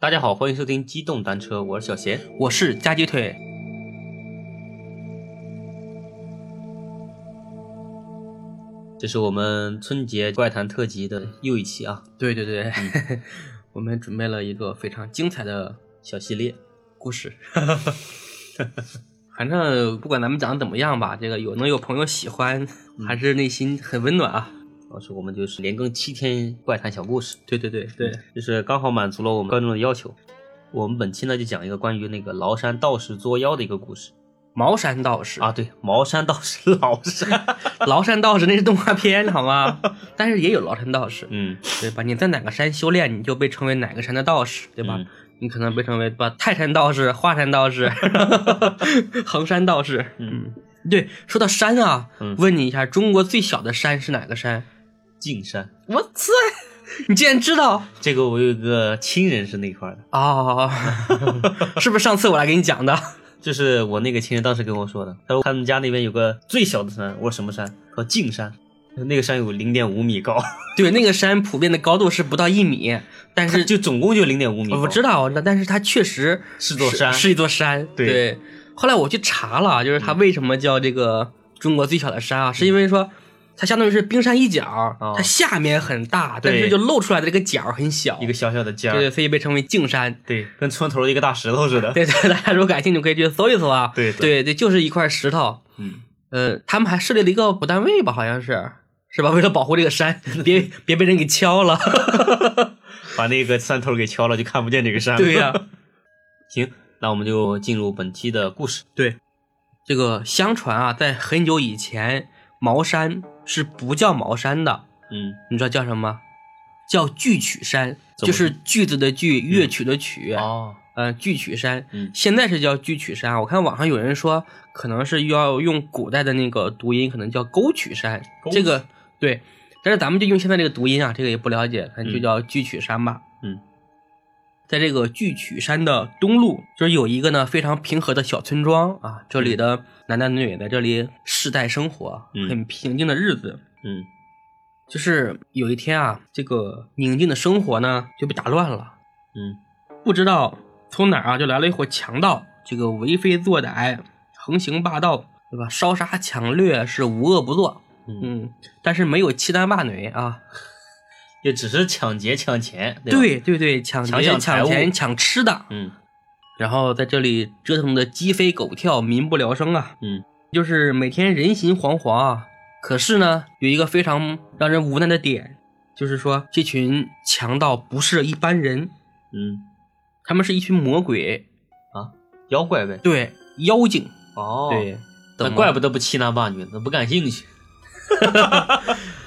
大家好，欢迎收听机动单车，我是小贤。我是夹鸡腿。这是我们春节怪谈特辑的又一期啊，嗯对对对， 我们准备了一个非常精彩的小系列。故事。 反正不管咱们讲的怎么样吧，这个有能有朋友喜欢，还是内心很温暖啊。当嗯时我们就是连更七天怪谈小故事，对对对对，就是刚好满足了我们观众的要求。我们本期呢就讲一个关于那个崂山道士作妖的一个故事茅山道士啊，，对，茅山道士崂山，崂山道士那是动画片好 吗？但是也有崂山道士，嗯，对吧？你在哪个山修炼，你就被称为哪个山的道士，对吧？嗯你可能被称为吧泰山道士、华山道 士、衡山道士。嗯，对，说到山啊，嗯问你一下，中国最小的山是哪个山？径山，我操，你竟然知道！这个我有一个亲人是那块儿的， 哦，是不是上次我来给你讲的？就是我那个亲人当时跟我说的，他说他们家那边有个最小的山，我说什么山？他说径山，那个山有零点五米高，对，那个山普遍的高度是不到一米，但是就总共就零点五米高，我知道，我知道，但是它确实是座山是一座山。对嗯后来我去查了，啊就是它为什么叫这个中国最小的山啊？是因为说它相当于是冰山一角，哦它下面很大，对但是就露出来的这个角很小，一个小小的尖对儿，对，所以被称为径山。 对，跟村头的一个大石头似的。对对，大家如果感兴趣可以去搜一搜啊。 对对对对，就是一块石头。嗯，呃，他们还设立了一个保单位吧，好像是，是吧？为 了保护这个山， 别别被人给敲了。把那个山头给敲了，就看不见这个山了。对呀、行，那我们就进入本期的故事。对，这个相传啊，在很久以前，茅山是不叫茅山的，嗯你知道叫什么？叫锯曲山，怎么嗯就是锯子的锯，乐曲的曲，哦，呃，锯曲山。嗯现在是叫锯曲山，我看网上有人说，可能是要用古代的那个读音，可能叫沟曲山沟。这个对，但是咱们就用现在这个读音啊，这个也不了解，咱就嗯叫锯曲山吧。嗯，在这个锯曲山的东路，就是有一个呢非常平和的小村庄啊，这里的男男女女在这里世代生活，嗯很平静的日子。嗯就是有一天啊，这个宁静的生活呢就被打乱了。嗯不知道从哪儿啊，就来了一伙强盗，这个为非作歹，横行霸道，对吧？烧杀抢掠是无恶不作，嗯，嗯，但是没有契丹霸女啊，也只是抢劫抢钱，对吧？对对对，抢抢劫、抢财抢物钱、抢吃的，嗯然后在这里折腾的鸡飞狗跳，民不聊生啊，嗯就是每天人心惶惶啊。可是呢，有一个非常让人无奈的点，就是说这群强盗不是一般人，嗯，他们是一群魔鬼，妖怪呗。对，妖精，哦，对，那怎么怪不得不欺男霸女，那不感兴趣。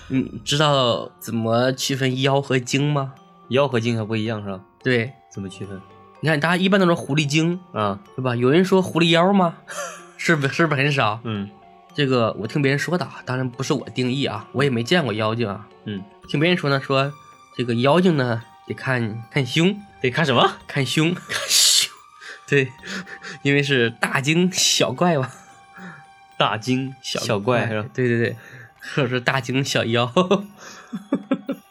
嗯，知道怎么区分妖和精吗？妖和精还不一样是吧？对，怎么区分？你看大家一般都说狐狸精，啊，对吧？有人说狐狸妖吗？ 是不是不是很少？嗯这个我听别人说的，啊，当然不是我定义啊，我也没见过妖精啊。嗯，听别人说呢，说这个妖精呢得看看胸，得看什么？看胸，看胸，对，因为是大惊小怪嘛，大惊小怪是吧？对对对，或者是大惊小妖。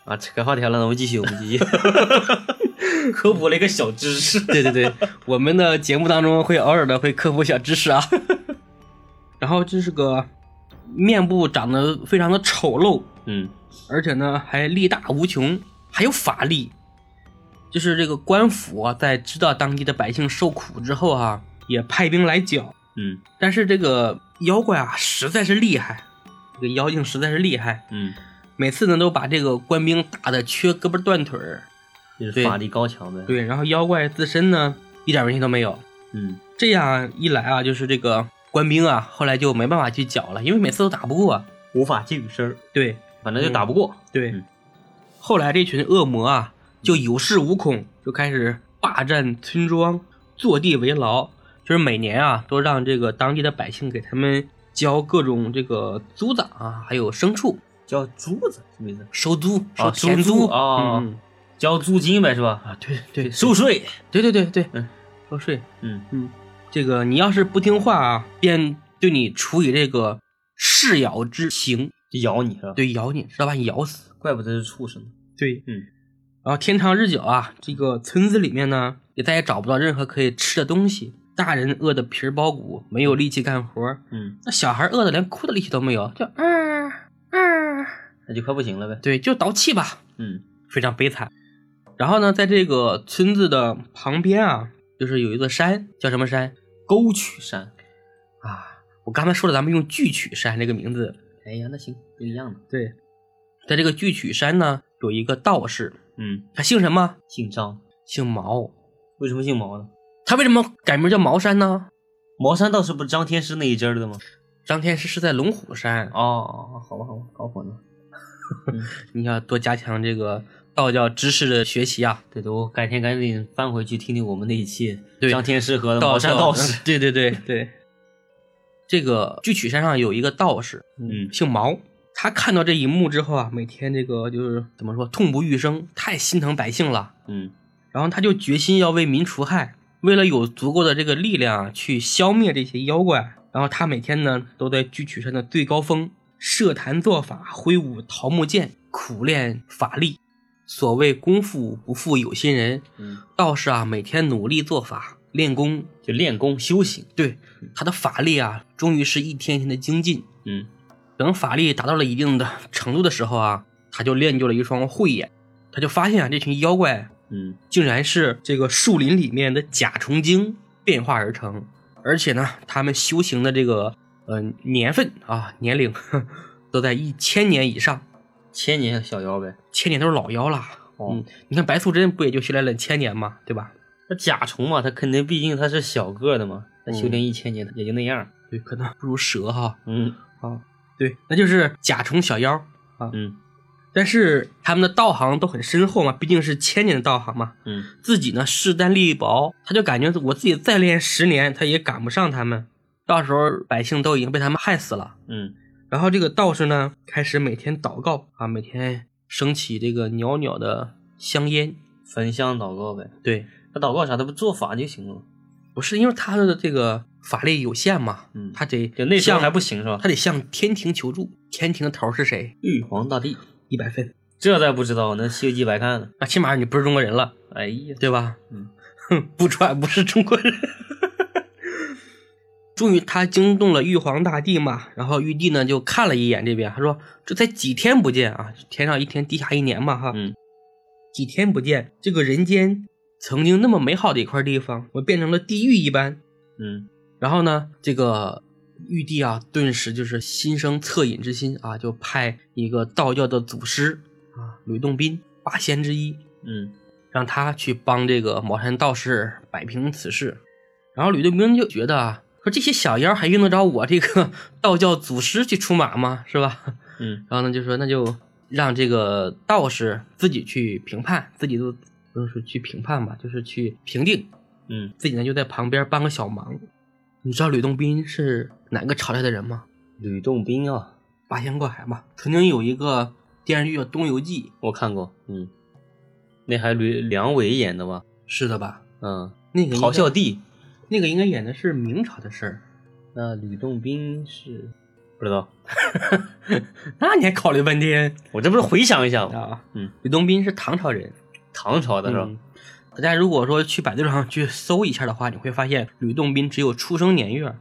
啊，扯开话题了，那我们继续，我们继 续。 科普了一个小知识。对对对，我们的节目当中会偶尔的会科普小知 识啊。然后这是个面部长得非常的丑陋，嗯而且呢还力大无穷，还有法力。就是这个官府啊，在知道当地的百姓受苦之后啊，也派兵来剿。嗯但是这个妖怪啊，实在是厉害，这个妖精实在是厉害，嗯，每次呢都把这个官兵打得缺胳膊断腿儿。就是对法力高强呗。，对，然后妖怪自身呢一点问题都没有，嗯这样一来啊，就是这个官兵啊，后来就没办法去剿了，因为每次都打不过。无法近身，对反正就打不过。对嗯后来这群恶魔啊，就有恃无恐，就开始霸占村庄，坐地为牢。就是每年啊，都让这个当地的百姓给他们交各种这个租子啊，还有牲畜叫珠子什么意思？收租、啊收田收租啊啊、嗯交租金呗，是吧？啊，对对，收税。对对对对，嗯，收税。嗯嗯，这个你要是不听话啊，便对你处以这个噬咬之刑。就咬你是吧？，对，咬你，是要把你咬死。怪不得是畜生。对，嗯，然后天长日久啊，这个村子里面呢，也再也找不到任何可以吃的东西，大人饿得皮儿包骨，没有力气干活儿，嗯，那小孩饿得连哭的力气都没有，就嗯嗯，那就快不行了呗。对，就倒气吧，嗯非常悲惨。然后呢，在这个村子的旁边啊，就是有一座山，叫什么山？沟渠山。啊。我刚才说了，咱们用聚曲山这个名字，哎呀，那行，不一样的。对，在这个聚曲山呢，有一个道士，嗯，他姓什么？姓张，姓毛。为什么姓毛呢？他为什么改名叫茅山呢？茅山道士不是张天师那一支儿的吗？张天师是在龙虎山，哦，好吧，好吧，搞混了。你要多加强这个道教知识的学习啊。对的，我改天赶紧翻回去听听我们那一期对张天师和茅山道 士。嗯 对对对对。这个巨曲山上有一个道士，嗯姓毛。他看到这一幕之后啊，每天这个就是怎么说，痛不欲生，太心疼百姓了。嗯然后他就决心要为民除害，为了有足够的这个力量啊去消灭这些妖怪。然后他每天呢都在巨曲山的最高峰设坛做法，挥舞桃木剑，苦练法力。所谓功夫不负有心人，嗯，道士啊每天努力做法练功，就练功修行。对他的法力啊，终于是一天天的精进。嗯等法力达到了一定的程度的时候啊，他就练就了一双慧眼，他就发现啊这群妖怪嗯竟然是这个树林里面的甲虫精变化而成，而且呢，他们修行的这个呃年份啊 年龄呵都在一千年以上，千年小妖呗。千年都是老妖了。哦嗯，你看白素贞不也就修炼了千年嘛，对吧？那甲虫嘛，它肯定毕竟它是小个的嘛，它修炼一千年也就那样。对，可能不如蛇哈嗯啊，对，那就是甲虫小妖。嗯但是他们的道行都很深厚嘛，毕竟是千年的道行嘛。嗯自己呢势单力薄，他就感觉我自己再练十年，他也赶不上他们，到时候百姓都已经被他们害死了。嗯然后这个道士呢，开始每天祷告啊，每天升起这个袅袅的香烟。焚香祷告呗。对，那祷告啥？它不做法就行了吗。不是因为他的这个法力有限嘛，嗯他得就那时候向还不行是吧？他得向天庭求助。天庭的头儿是谁？玉皇大帝，一百分。这再不知道，那《西游记》白看了。那起码你不是中国人了，哎呀，对吧？嗯，哼，不穿不是中国人。终于，他惊动了玉皇大帝嘛，然后玉帝呢就看了一眼这边，他说：“这才几天不见啊，天上一天，地下一年嘛，哈，嗯几天不见，这个人间曾经那么美好的一块地方，我变成了地狱一般。嗯然后呢，这个玉帝啊，顿时就是心生恻隐之心啊，就派一个道教的祖师啊，吕洞宾，八仙之一，嗯让他去帮这个茅山道士摆平此事。然后吕洞宾就觉得啊，说这些小妖还用得着我这个 道教祖师去出马吗？是吧？ 嗯然后呢，就说那就让这个道士自己去评判，自己都不是去评判吧，就是去评定。嗯，自己呢就在旁边帮个小忙。你知道吕洞宾是哪个朝代的人吗？吕洞宾啊，八仙过海嘛。曾经有一个电视剧叫《东游记我看过。嗯，那还吕梁伟演的吧？》，是的吧？嗯，那个应该咆哮，帝。那个应该演的是明朝的事儿。那吕洞宾是不知道，那你还考虑半天我这不是回想一下吗？啊？嗯，吕洞宾是唐朝人，唐朝的是吧？嗯大家如果说去百度上去搜一下的话，你会发现吕洞宾只有出生年月，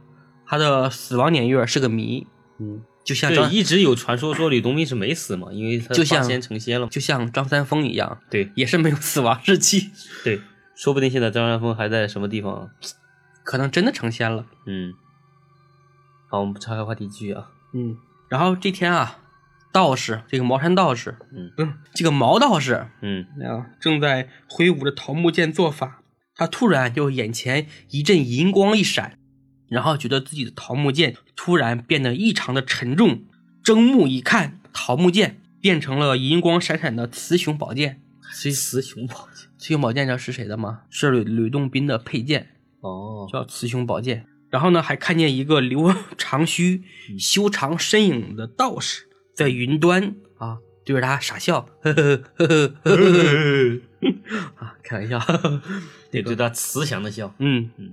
他的死亡年月是个谜。嗯，就像对，张一直有传说说吕洞宾是没死嘛，因为他就像八仙成仙了嘛。就像张三丰一样，对也是没有死亡日期， 对，说不定现在张三丰还在什么地方啊。可能真的成仙了。嗯，好，我们岔开话题继续啊。嗯，然后这天啊，道士这个茅山道士，嗯不是这个毛道士嗯啊，正在挥舞着桃木剑做法，他突然就眼前一阵银光一闪，然后觉得自己的桃木剑突然变得异常的沉重，睁目一看，桃木剑变成了银光闪闪的雌雄宝剑。谁雌雄宝剑？雌雄宝剑知道是谁的吗？是吕吕洞宾的佩剑。哦， 叫雌雄宝剑。然后呢，还看见一个留长须、修长身影的道士在云端啊，对着他傻笑，呵呵呵呵呵呵呵啊，开玩笑，呵呵 对，对他慈祥的笑。嗯嗯，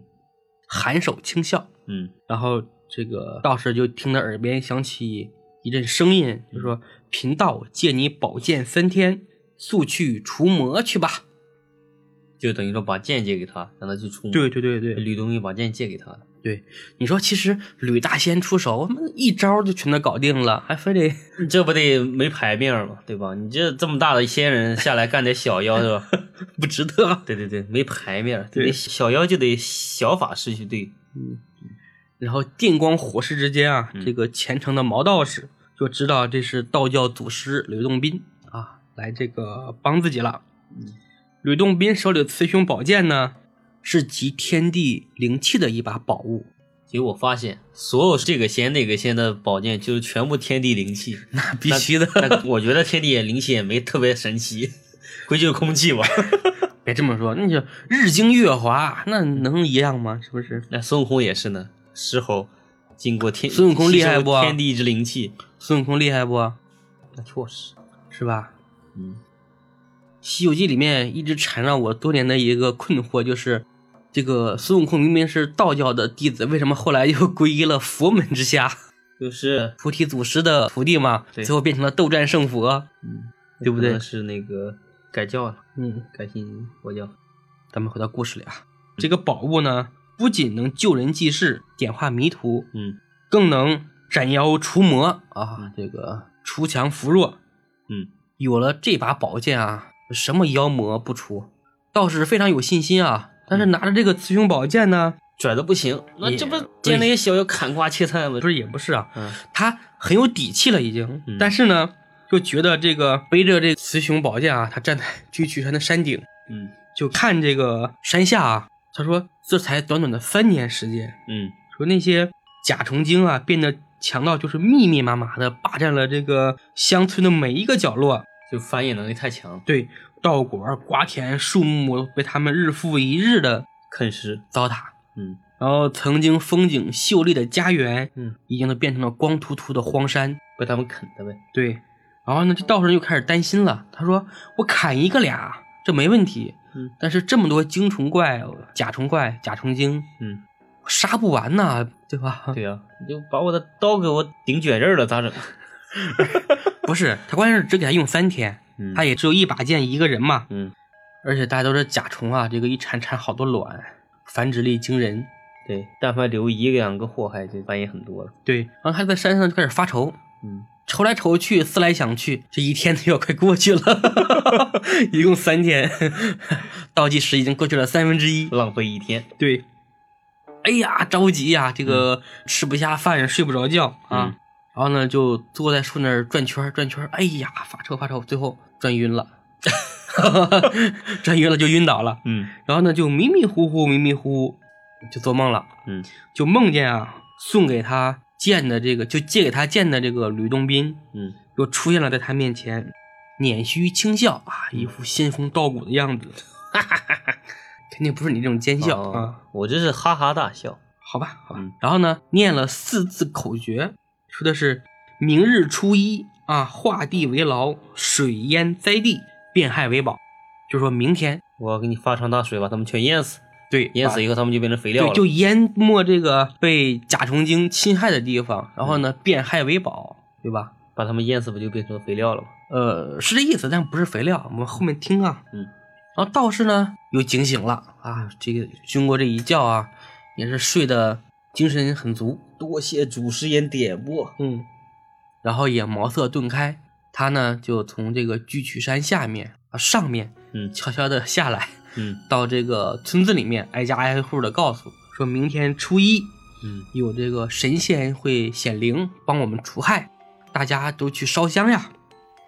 颔首轻笑。嗯然后这个道士就听到耳边响起一阵声音，就说：“贫道借你宝剑三天，速去除魔去吧。就等于说把剑借给他，让他去出。对，对对对，吕洞宾把剑借给他了。你说其实吕大仙出手，他妈一招就全都搞定了，还非得这不得没牌面吗？对吧？你这这么大的仙人下来干点小妖是 吧？不值得。对啊对对，没牌面，对得小妖就得小法师去对。然后电光火石之间啊，嗯这个虔诚的毛道士就知道这是道教祖师吕洞宾啊，来这个帮自己了。吕洞宾手里的雌雄宝剑呢，是集天地灵气的一把宝物，结果发现，所有这个仙那个仙的宝剑，就是全部天地灵气。那必 须的。 但我觉得天地也灵气也没特别神奇，估计就是空气吧。别这么说，那就日精月华，那能一样吗？是不是？那孙悟空也是呢，石猴经过天，孙悟空厉害不吸收天地之灵气，孙悟空厉害不？那确实，是吧？嗯， 《西游记》里面一直缠绕我多年的一个困惑，就是这个孙悟空明明是道教的弟子，为什么后来又皈依了佛门之下？就是菩提祖师的徒弟嘛，对最后变成了斗战胜佛。对不对可能是那个改教了，嗯，改信佛教。咱们回到故事里啊，这个宝物呢，不仅能救人济世、点化迷途，嗯更能斩妖除魔啊，这个除强扶弱。嗯，有了这把宝剑啊，什么妖魔不除，倒是非常有信心啊。但嗯是拿着这个雌雄宝剑呢，拽的不行，那也这不对见那些小妖砍瓜切菜吗？不是也不是啊，嗯，他很有底气了已经，嗯但是呢，就觉得这个背着这雌雄宝剑啊，他站在居胥山的山顶，嗯就看这个山下啊，他说这才短短的三年时间，嗯说那些甲虫精啊变得强到就是密密麻麻的霸占了这个乡村的每一个角落，就繁衍能力太强，对，稻果、瓜田、树木被他们日复一日的啃食。糟蹋。嗯然后，曾经风景秀丽的家园，嗯，已经都变成了光秃秃的荒山。被他们啃的呗。对，然后呢，这道士又开始担心了。他说：“我砍一个俩，这没问题。嗯但是这么多精虫怪、甲虫怪、甲虫精，嗯，我杀不完呐，对吧？ 对呀、你就把我的刀给我顶卷刃了，咋整？不是，他关键是只给他用三天，嗯他也只有一把剑，一个人嘛。嗯，而且大家都知道甲虫啊，这个一产产好多卵，繁殖力惊人。对，但凡留一个两个祸害，就繁衍很多了。对，然后他在山上就开始发愁，嗯，愁来愁去，思来想去，这一天都要快过去了， 一共三天，倒计时已经过去了三分之一。浪费一天。对，哎呀，着急呀、这个吃不下饭，睡不着觉啊。嗯然后呢，就坐在树那儿转圈儿转圈儿，哎呀，发愁发愁，最后转晕了， 转晕了就晕倒了。嗯然后呢，就迷迷糊糊，迷迷糊糊就做梦了，嗯就梦见啊，送给他剑的这个，就借给他剑的这个吕洞宾，嗯又出现了在他面前，捻须轻笑啊，一嗯副仙风道骨的样子， 肯定不是你这种奸笑哦啊。我这是哈哈大笑。好吧，好吧。嗯然后呢，念了四字口诀，说的是明日初一啊，画地为牢，水淹栽地，变害为宝，就说明天我要给你发场大水，把他们全淹死。对淹把死以后，他们就变成肥料对，了。就淹没这个被甲虫精侵害的地方，然后呢，嗯变害为宝，对吧？把他们淹死，不就变成肥料了吗？呃，是这意思，但不是肥料。我们后面听啊。嗯。然后道士呢又警醒了啊，这个经过这一觉啊，也是睡得精神很足。多谢祖师爷点拨。嗯，然后也茅塞顿开，他呢就从这个巨曲山下面啊上面嗯悄悄的下来，嗯到这个村子里面挨家挨户的告诉，说明天初一嗯有这个神仙会显灵帮我们除害，大家都去烧香呀。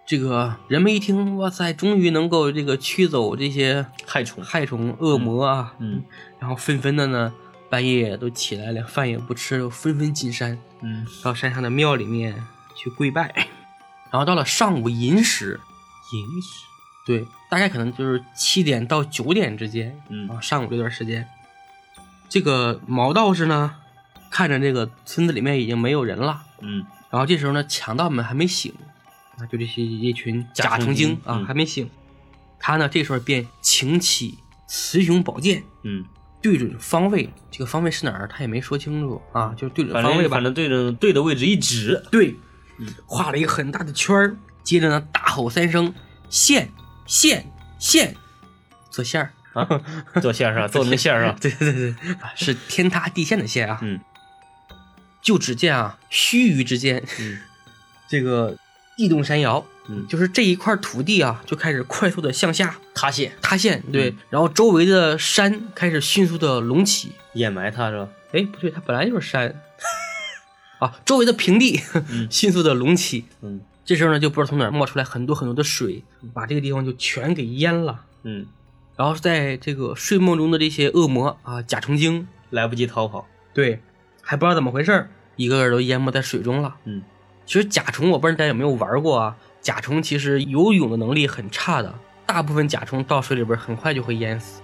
这个人们一听，哇塞，终于能够这个驱走这些害虫害虫恶魔啊，嗯然后纷纷的呢半夜都起来，连饭也不吃，都纷纷进山。嗯，到山上的庙里面去跪拜，哎然后到了上午寅时，饮食。对，大概可能就是七点到九点之间，嗯啊，上午这段时间，这个毛道士呢，看着这个村子里面已经没有人了，嗯然后这时候呢，强盗们还没醒，啊，就这些一群甲甲虫虫精精啊、嗯还没醒，他呢这时候便擎起雌雄宝剑。嗯，对准方位，这个方位是哪儿？他也没说清楚啊，就是对准反方位正吧反。正对着对的位置一指。对嗯，画了一个很大的圈儿，接着呢大吼三声“现”，线线做线儿啊，做线 上，做那线上，对对对对，啊是天塌地陷的陷啊。嗯就只见啊，须臾之间，嗯这个地动山摇，嗯，就是这一块土地啊，就开始快速的向下塌陷塌陷，对，嗯然后周围的山开始迅速的隆起。掩埋它是吧？哎，不对，它本来就是山 啊，周围的平地 迅速的隆起。嗯这时候呢，就不知道从哪儿冒出来很多很多的水，把这个地方就全给淹了。嗯，然后在这个睡梦中的这些恶魔啊，甲虫精，来不及逃跑。对，还不知道怎么回事儿，一个个都淹没在水中了。嗯，其实甲虫，我不知道大家有没有玩过啊？甲虫其实游泳的能力很差的，大部分甲虫到水里边很快就会淹死。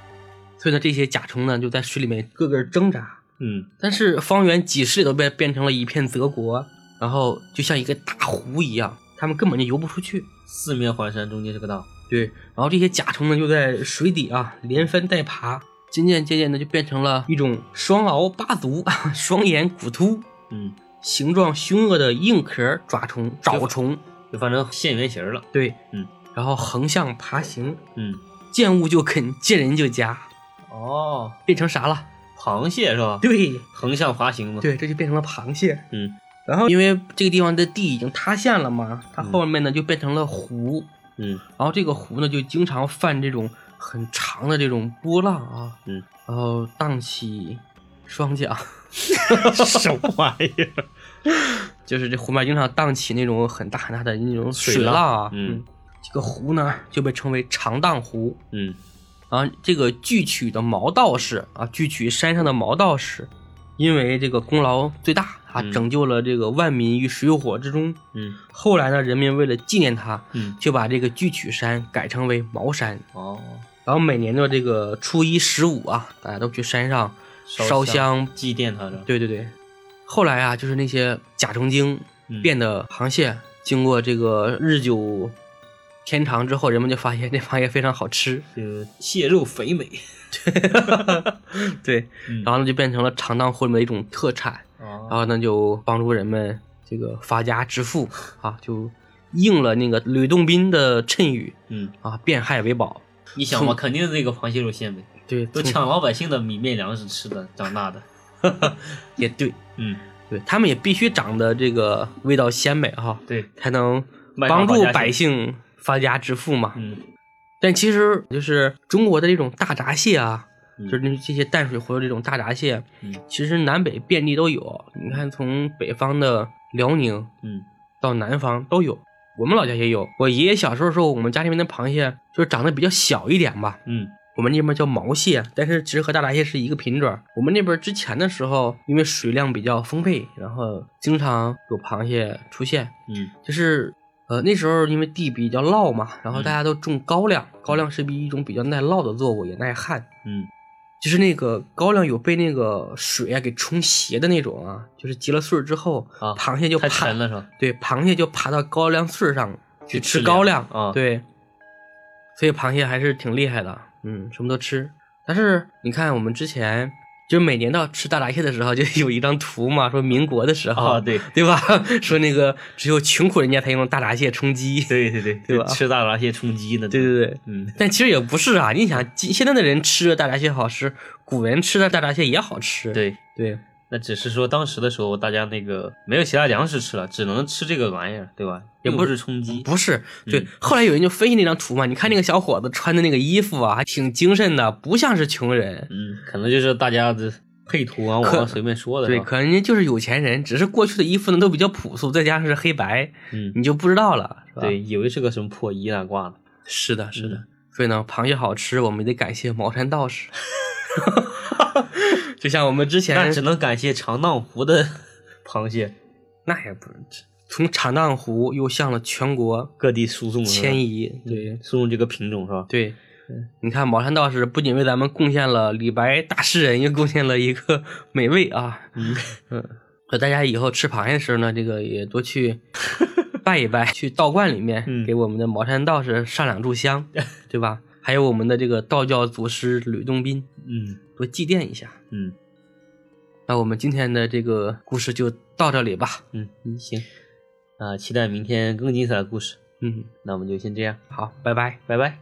所以呢，这些甲虫呢就在水里面个个挣扎，嗯但是方圆几十里都被变成了一片泽国，然后就像一个大湖一样，他们根本就游不出去。，四面环山，中间是个大湖。对，然后这些甲虫呢就在水底啊连翻带爬，渐渐渐渐的就变成了一种双螯八足、 双眼骨突、嗯，形状凶恶的硬壳爪虫、爪虫，就反正现原形了。对，嗯，然后横向爬行，嗯，见物就啃，见人就夹，哦，变成啥了？螃蟹是吧？对横向爬行嘛。，对，这就变成了螃蟹。嗯然后因为这个地方的地已经塌陷了嘛，它后面呢就变成了湖，嗯然后这个湖呢就经常泛这种很长的这种波浪啊，嗯，然后荡起双桨， 什么玩意儿？就是这湖面经常荡起那种很大很大的那种水浪浪啊，嗯，这个湖呢就被称为长荡湖。嗯然后这个巨曲的毛道士啊，巨曲山上的毛道士，因为这个功劳最大，他嗯拯救了这个万民于水火之中。嗯后来呢，人民为了纪念他，嗯，就把这个巨曲山改称为茅山。哦，然后每年的这个初一十五啊，大家都去山上烧烧香。祭奠它的。对对对。后来啊，就是那些甲虫精嗯变的螃蟹，经过这个日久天长之后，人们就发现这螃蟹非常 好吃。就蟹肉肥美。对，嗯然后呢就变成了长荡湖里面的一种特产，然啊，后呢就帮助人们这个发家 致富啊，就应了那个吕洞宾的谶语嗯，啊，变害为宝。你想嘛，肯定这个螃蟹肉鲜美，对，都抢老百姓的米面粮食吃的，长大的。也对，嗯，对他们也必须长得这个味道鲜美哈、嗯对，才能卖帮上助发家百致姓发家致富嘛。嗯但其实就是中国的这种大闸蟹啊，嗯就是那这些淡水湖的这种大闸蟹，嗯其实南北遍地都有。你看，从北方的辽宁嗯到南方都有，我们老家也有。我爷爷小时候说，我们家里面的螃蟹就是长得比较小一点吧，嗯我们那边叫毛蟹，但是其实和大闸蟹是一个品种儿。我们那边之前的时候，因为水量比较丰沛，然后经常有螃蟹出现，嗯就是呃那时候因为地比较涝嘛，然后嗯大家都种高粱，高粱是一种比较耐涝的作物，也耐旱。嗯就是那个高粱有被那个水啊给冲斜的那种啊，就是结了穗儿之后，啊螃蟹就太爬沉了是吧？对，螃蟹就爬到高粱穗儿上去去吃吃高粱粮啊对，所以螃蟹还是挺厉害的，嗯，什么都吃。但是你看，我们之前就每年到吃大闸蟹的时候，就有一张图嘛，说民国的时候，啊，对对吧？ 说那个只有穷苦人家才用大闸蟹充饥， 对对对，对吧吃大闸蟹充饥呢。对对对。嗯，但其实也不是啊，你想，今现在的人吃的大闸蟹好吃，古人吃的大闸蟹也好吃，对，对那只是说当时的时候，大家那个没有其他粮食吃了，只能吃这个玩意儿，对吧？也也不不是充饥，不是，对。嗯后来有人就分析那张图嘛，你看那个小伙子穿的那个衣服啊，还挺精神的，不像是穷人。嗯，可能就是大家的配图啊，网可上随便说的，对，是吧可能人家就是有钱人，只是过去的衣服呢都比较朴素，再加上是黑白，嗯，你就不知道了，是吧？，对，以为是个什么破衣啊挂的，是的，是的。嗯所以呢，螃蟹好吃，我们也得感谢茅山道士。 就像我们之前，那只能感谢长荡湖的 螃蟹那也不是从长荡湖又向了全国各地输送是吧迁移，对对，输送这个品种是吧？对，嗯你看茅山道士不仅为咱们贡献了李白大诗人，又贡献了一个美味啊。嗯所以大家以后吃螃蟹的时候呢，这个也 多去拜一拜，去道观里面嗯给我们的茅山道士上两 炷香，对吧？还有我们的这个道教祖师吕洞宾，嗯多祭奠一下。嗯那我们今天的这个故事就到这里吧。嗯嗯，行，啊，期待明天更精彩的故事，嗯，那我们就先这样，好，拜拜。拜拜。